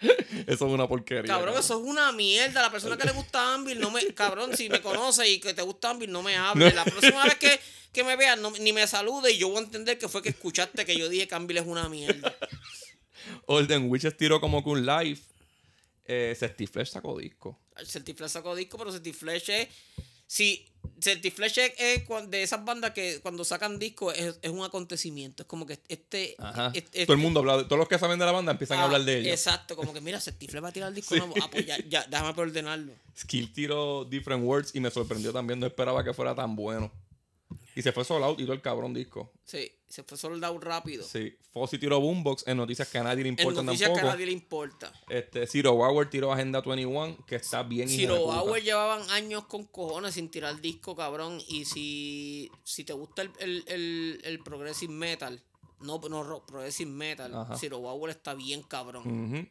C: Eso es una porquería.
B: Cabrón, eso es una mierda. La persona que le gusta Anvil, no me. Cabrón, si me conoce y que te gusta Anvil, no me hable. La próxima vez que, que me veas, no- ni me salude y yo voy a entender que fue que escuchaste que yo dije que Anvil es una mierda.
C: Olden Witches tiró como que un live. Eh, Sexty Flesh sacó disco.
B: Certiflesh sacó disco, pero Certiflesh es. Si. Certiflesh es, es cuan- de esas bandas que cuando sacan disco es, es un acontecimiento. Es como que este.
C: Ajá.
B: es- es-
C: Todo el mundo habla de, Todos los que saben de la banda empiezan a
B: ah,
C: hablar de ellos.
B: Exacto, como que mira, Certiflesh va a tirar el disco
C: Sí.
B: nuevo. Ah, pues ya, ya, déjame por ordenarlo.
C: Skill tiró Different Words y me sorprendió también. No esperaba que fuera tan bueno. Y se fue solo out y todo el cabrón disco.
B: Sí, se fue sold out rápido.
C: Sí, Fossi tiró Boombox en noticias que a nadie le
B: en
C: importan
B: noticias que a
C: tampoco.
B: nadie le importa.
C: Este, Zero Hour tiró Agenda 21, que está bien
B: Si
C: hijo de
B: los
C: puta.
B: Hour llevaban años con cojones sin tirar disco, cabrón. Y si, si te gusta el, el, el, el Progressive Metal, no, no rock, Progressive Metal,
C: Ajá. Mm,
B: Zero Hour está bien, cabrón.
C: Ujú.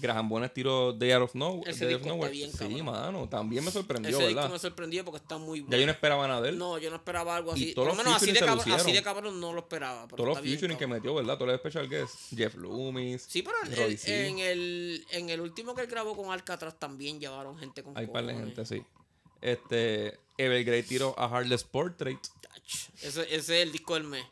C: Graham Bones tiró Day Out of Nowhere.
B: Ese
C: Day
B: disco
C: of Nowhere.
B: está bien,
C: sí,
B: cabrón.
C: mano, también me sorprendió,
B: Ese disco
C: ¿verdad?
B: me sorprendió porque está muy
C: Ya yo no
B: bueno.
C: esperaba nada de él.
B: No, yo no esperaba algo
C: Y
B: así. Por
C: todos
B: lo
C: los
B: menos así de,
C: featuring se
B: cabrón, así de
C: lucieron.
B: cabrón no lo esperaba. pero
C: Todos los
B: está bien,
C: featuring que
B: cabrón.
C: metió, ¿verdad? Todos los special guests. Jeff Loomis.
B: Sí, pero el-
C: Roy
B: el-
C: C.
B: en, el, en el último que él grabó con Alcatraz también llevaron gente con
C: Hay par de
B: cojones.
C: gente, sí. Este, Evergrey tiró a Heartless Portrait.
B: Ach, Ese, ese es el disco del mes.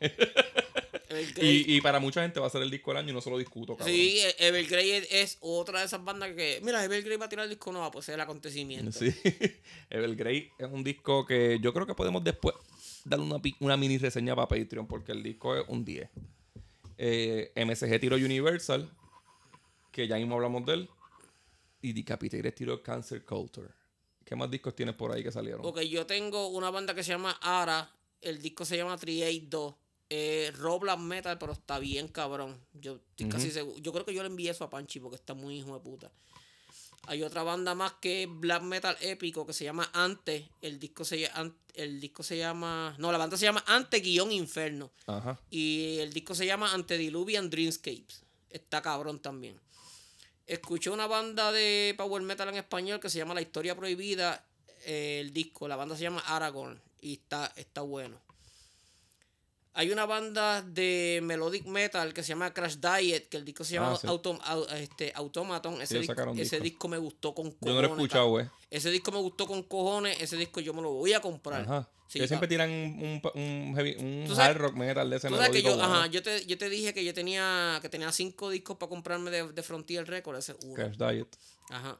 B: El Grey-
C: Y, y para mucha gente va a ser el disco del año y no se lo discuto, cabrón.
B: Sí, e- Evergrey es, es otra de esas bandas que. Mira, Evergrey va a tirar el disco nuevo, pues es el acontecimiento.
C: Sí. Evergrey es un disco que yo creo que podemos después darle una, pi- una mini reseña para Patreon porque el disco es un 10. Eh, MSG tiró Universal, que ya mismo hablamos de él. Y Decapitated tiró Cancer Culture. ¿Qué más discos tienes por ahí que salieron?
B: Ok, yo tengo una banda que se llama Ara. El disco se llama 382. Eh, Roblox Metal, pero está bien cabrón. Yo estoy casi seguro. Yo creo que yo le envié eso a Panchi porque está muy hijo de puta. Hay otra banda más que es Black Metal épico que se llama Antes. El disco se, ll- An- el disco se llama. No, la banda se llama Antes Guión Inferno.
C: Ajá.
B: Y el disco se llama Antediluvian Dreamscapes. Está cabrón también. Escuché una banda de power metal en español que se llama La Historia Prohibida. eh, el disco, la banda se llama Aragorn y está, está bueno. Hay una banda de melodic metal que se llama Crash Diet, que el disco se llama
C: Ah, sí.
B: Autom- au- este, Automaton. Ese,
C: Ellos
B: disco,
C: sacaron
B: ese
C: disco.
B: disco me gustó con cojones.
C: Yo no lo he escuchado, eh. güey.
B: cabrón. Ese disco me gustó con cojones. Ese disco yo me lo voy a comprar.
C: Ajá.
B: Sí,
C: Ellos siempre
B: cabrón.
C: tiran un, un- un heavy, un
B: Tú sabes-
C: hard rock metal de ese
B: Tú sabes que yo,
C: melódico bueno.
B: ajá, yo, te, yo te dije que yo tenía que tenía cinco discos para comprarme de, de Frontier Records, ese es uno.
C: Crash Diet.
B: Ajá.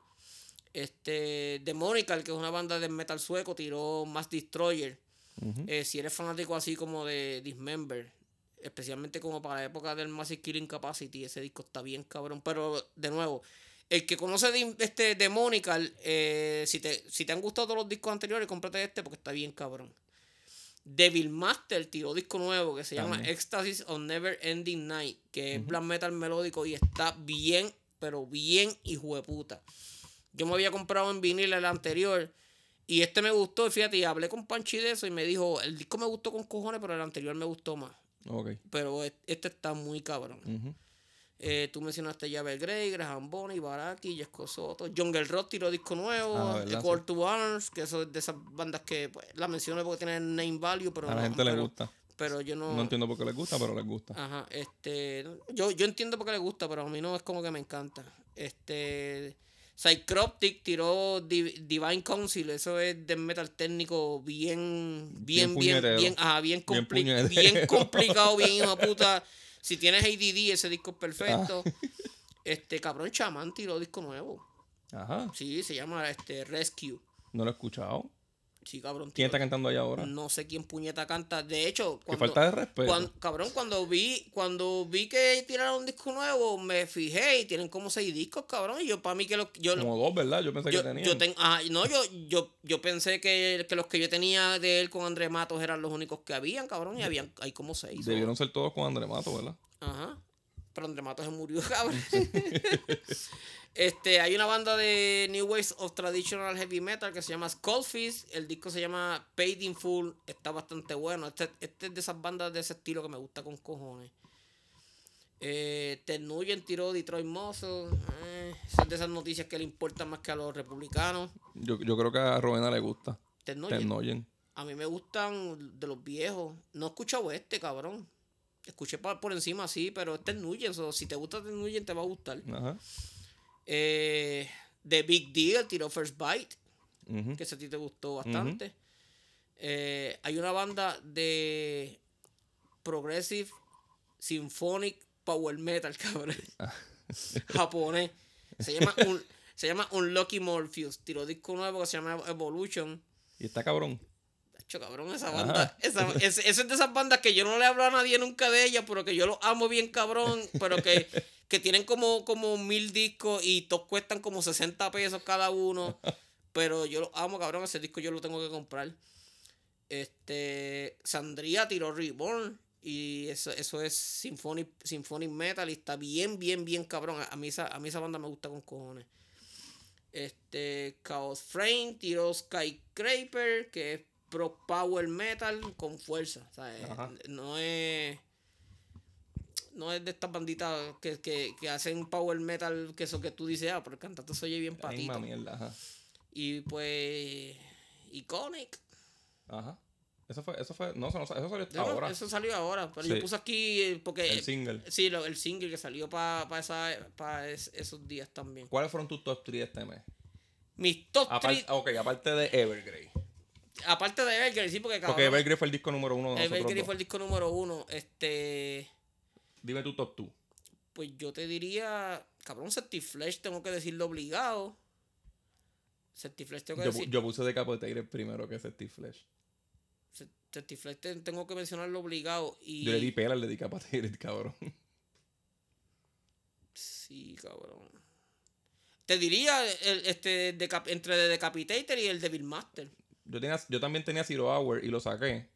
B: Este, Demonical, que es una banda de metal sueco, tiró Mass Destroyer.
C: Ujú.
B: Eh, si eres fanático así como de Dismember, especialmente como para la época del Massive Killing Capacity, ese disco está bien cabrón. Pero, de nuevo, el que conoce de, este Demonical, eh, si, te, si te han gustado todos los discos anteriores, cómprate este porque está bien cabrón. Devil Master tiró disco nuevo que se llama
C: También.
B: Ecstasy on Never Ending Night, que es black metal melódico y está bien, pero bien hijo de puta. Yo me había comprado en vinil el anterior y este me gustó. Y fíjate, y hablé con Panchi de eso y me dijo: el disco me gustó con cojones, pero el anterior me gustó más.
C: Ok.
B: Pero es- este está muy cabrón.
C: Ujú.
B: Eh, tú mencionaste ya Grey, Graham Bonnie, Baraki, Jesco Soto, Jungle Rock tiró disco nuevo,
C: Ah,
B: eh,
C: ¿verdad?
B: Call to Arms, que eso es de esas bandas que pues, la menciono porque tienen name value, pero
C: A la
B: no-
C: gente le
B: pero-
C: gusta.
B: Pero yo no,
C: No entiendo por qué les gusta, pero les gusta.
B: Ajá, este. Yo, yo entiendo por qué le gusta, pero a mí no es como que me encanta. Este. Psychroptic tiró Di- Divine Council, eso es de metal técnico bien, bien,
C: Bien
B: bien, bien,
C: puñetero.
B: ajá, bien,
C: Bien
B: compli- bien,
C: puñetero.
B: complicado, bien hijo de puta. Si tienes ADD, ese disco es perfecto.
C: Ah.
B: Este, cabrón, chamán tiró disco nuevo. Ah.
C: Ajá.
B: Sí, se llama este Rescue.
C: No lo he escuchado.
B: Sí, cabrón.
C: ¿Quién
B: tiró-
C: está cantando allá ahora?
B: No sé quién puñeta canta. De hecho,
C: Que falta de respeto.
B: Cuan- cabrón, cuando vi, cuando vi que tiraron un disco nuevo, me fijé y tienen como seis discos, cabrón. Y yo para mí que los yo,
C: Como dos, ¿verdad? Yo pensé
B: yo,
C: que tenían.
B: yo ten- ajá, no, yo, yo, yo pensé que, que los que yo tenía de él con André Matos eran los únicos que habían, cabrón, y habían, hay como seis.
C: Debieron ser todos con André Mato, ¿verdad?
B: Ajá. Pero André Matos se murió, cabrón. este, hay una banda de New Waves of Traditional Heavy Metal que se llama Skullfist. El disco se llama Paid in Full. Está bastante bueno. Este, este es de esas bandas de ese estilo que me gusta con cojones. Eh, Ted Nugent tiró Detroit Muscle. Eh, son de esas noticias que le importan más que a los republicanos.
C: Yo, yo creo que a Rowena le gusta.
B: Ted Nugent.
C: Ted Nugent.
B: A mí me gustan de los viejos. No he escuchado este, cabrón. Escuché pa- por encima, sí, pero este es Nugent. so, si te gusta este Nugent, te va a gustar.
C: Ajá.
B: Eh, The Big Deal tiró First Bite,
C: Ujú.
B: que ese a ti te gustó bastante. Eh, hay una banda de Progressive Symphonic Power Metal, cabrón. Japonés. Se llama, un, se llama Unlucky Morpheus. Tiró disco nuevo que se llama Evolution.
C: Y está cabrón.
B: Tacho, cabrón, esa banda. Esa, es, esa es de esas bandas que yo no le hablo a nadie nunca de ellas, pero que yo los amo bien, cabrón. Pero que, que tienen como, como mil discos y todos cuestan como 60 pesos cada uno. Pero yo los amo, cabrón. Ese disco yo lo tengo que comprar. Este. Sandría tiró Reborn. Y eso, eso es Symphonic, Symphonic Metal. Y está bien, bien, bien, cabrón. A- A mí, esa, a mí esa banda me gusta con cojones. Este, Chaos Frame, tiró Skycraper, que es pro power metal con fuerza. o sea, es-
C: Ajá.
B: No es. No es de estas banditas que, que, que hacen power metal que eso que tú dices, ah, pero el cantante se oye bien
C: La misma
B: patito.
C: mierda, ajá.
B: Y pues. Iconic.
C: Ajá. Eso fue, eso fue, no, eso, no- eso salió hasta
B: Yo no-
C: ahora.
B: Eso salió ahora. Pero yo
C: Sí.
B: puse aquí eh, porque.
C: El single.
B: Sí, lo- el single que salió para esos días también.
C: ¿Cuáles fueron tus top 3 este mes?
B: Mis top
C: Apar-
B: three-
C: ok, aparte de Evergrey.
B: aparte de Evergreen, sí, porque
C: Porque
B: cabrón,
C: Evergrey fue el disco número uno de nosotros.
B: Evergreen
C: dos.
B: fue el disco número uno. Este.
C: Dime tu top 2.
B: Pues yo te diría. Cabrón, Certiflesh, tengo que decirlo obligado. Certiflesh tengo que
C: Yo, pu-
B: decir.
C: yo puse de Capoteira el primero que es Steve Flesh.
B: Cer- Certiflesh te- tengo que mencionarlo obligado. Y.
C: Yo le di pela, le di Capoteira, cabrón.
B: Sí, cabrón. Te diría el, este, decap- entre The Decapitator y el Devil Master.
C: Yo, tenía, yo también tenía Zero Hour y lo saqué.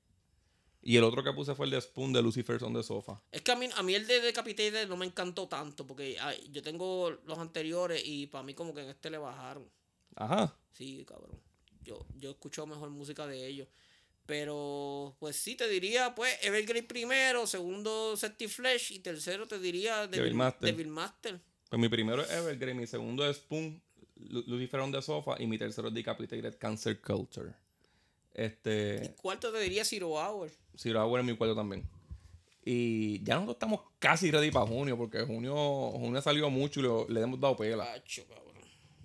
C: Y el otro que puse fue el de Spoon de Lucifer on the Sofa.
B: Es que a mí, a mí el de Decapitated no me encantó tanto, porque ay, yo tengo los anteriores y para mí como que en este le bajaron.
C: Ajá.
B: Sí, cabrón. Yo, yo he escuchado mejor música de ellos. Pero, pues sí, te diría, pues, Evergreen primero, segundo, Certiflesh y tercero te diría
C: Devil Master.
B: Devil Master.
C: Pues mi primero es Evergreen, mi segundo es Spoon, Lu- Lucifer on the Sofa y mi tercero es Decapitated Cancer Culture.
B: Y
C: Este,
B: cuarto te diría Zero Hour.
C: Zero Hour es mi cuarto también. Y ya nosotros estamos casi ready para junio porque junio, junio ha salido mucho y lo- le hemos dado pela.
B: Pacho, cabrón.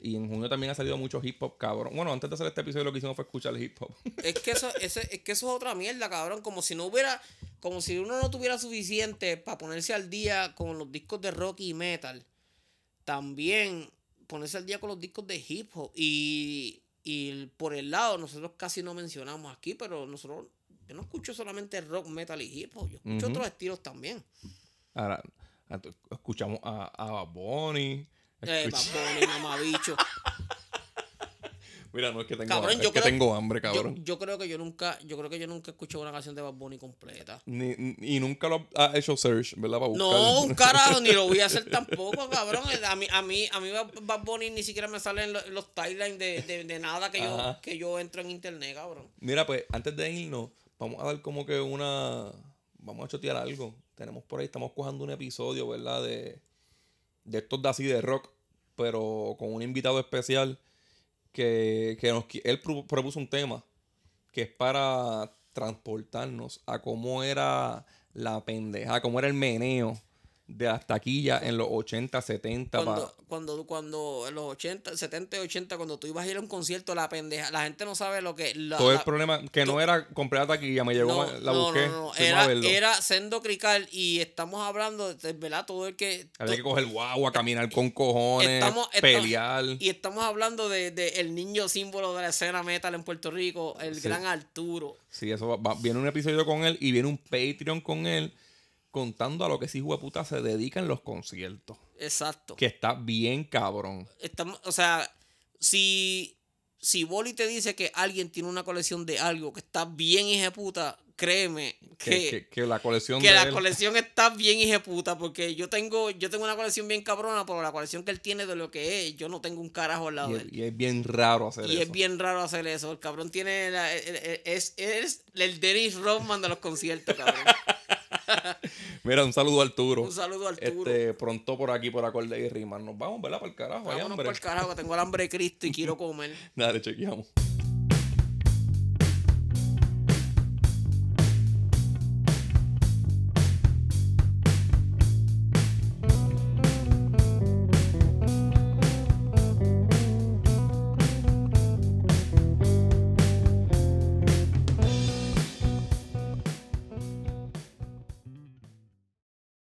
C: Y en junio también ha salido mucho hip hop, cabrón. Bueno, antes de hacer este episodio lo que hicimos fue escuchar el hip hop.
B: Es que eso, ese- es que eso es otra mierda, cabrón. Como si no hubiera, como si uno no tuviera suficiente para ponerse al día con los discos de rock y metal. También ponerse al día con los discos de hip hop. Y, y el- por el lado, nosotros casi no mencionamos aquí, pero nosotros, yo no escucho solamente rock, metal y hip hop. Yo escucho
C: Ujú.
B: otros estilos también.
C: Ahora, antes escuchamos a, a Bad Bunny.
B: Eh,
C: Escuch-
B: Bad Bunny, mamabicho.
C: Mira, no es que tengo
B: Cabrón,
C: hambre,
B: yo
C: es que
B: creo-
C: tengo hambre,
B: Yo,
C: cabrón.
B: yo creo que yo nunca, yo creo que yo nunca he escuchado una canción de Bad Bunny completa.
C: Ni- ni- y nunca lo ha hecho search, ¿verdad? Para buscar.
B: No, un carajo, ni lo voy a hacer tampoco, cabrón. A mí, a mí, a mí Bad- Bad Bunny ni siquiera me salen los, los timelines de, de- de nada que yo,
C: Ajá.
B: que yo entro en internet, cabrón.
C: Mira, pues antes de irnos, vamos a dar como que una. Vamos a chotear algo. Tenemos por ahí, estamos cojando un episodio, ¿verdad? De, de estos de así de rock, pero con un invitado especial que, que nos. qui- Él pro- propuso un tema que es para transportarnos a cómo era la pendeja, cómo era el meneo de las taquillas en los 80, 70.
B: Cuando,
C: pa-
B: cuando, cuando en los 80, 70 y 80, cuando tú ibas a ir a un concierto, la pendeja, la gente no sabe lo que. La,
C: todo el
B: la-
C: problema que no era comprar la taquilla, me llegó,
B: no,
C: ma- la
B: no,
C: busqué.
B: no, no, no.
C: fuimos a
B: Era,
C: verlo.
B: era Sendo Crical y estamos hablando, de, ¿verdad? Todo el que.
C: Había que coger guagua, caminar con cojones,
B: Estamos- estamos-
C: pelear.
B: Y estamos hablando de, de el niño símbolo de la escena metal en Puerto Rico, el
C: Sí.
B: gran Arturo.
C: Sí, eso va- va- viene un episodio con él y viene un Patreon con él contando a lo que sí, puta se dedica en los conciertos.
B: Exacto.
C: Que está bien cabrón.
B: estamos, o sea, si si Boli te dice que alguien tiene una colección de algo que está bien hijeputa, créeme
C: Que, que- que la colección
B: que
C: de
B: la
C: él-
B: colección está bien hijeputa porque yo tengo yo tengo una colección bien cabrona pero la colección que él tiene de lo que es yo no tengo un carajo al lado
C: y,
B: de
C: es-
B: él
C: y es bien raro hacer
B: y
C: eso.
B: es bien raro hacer eso el cabrón tiene la- el- el- es, es el Dennis Rodman de los conciertos cabrón
C: Mira, un saludo a Arturo.
B: Un saludo a Arturo.
C: Este, pronto por aquí, por acorde y rimas. Nos vamos, ¿verdad? Para el carajo. hay
B: vámonos
C: hambre.
B: por el carajo que tengo el hambre de Cristo y quiero comer
C: Dale, chequeamos.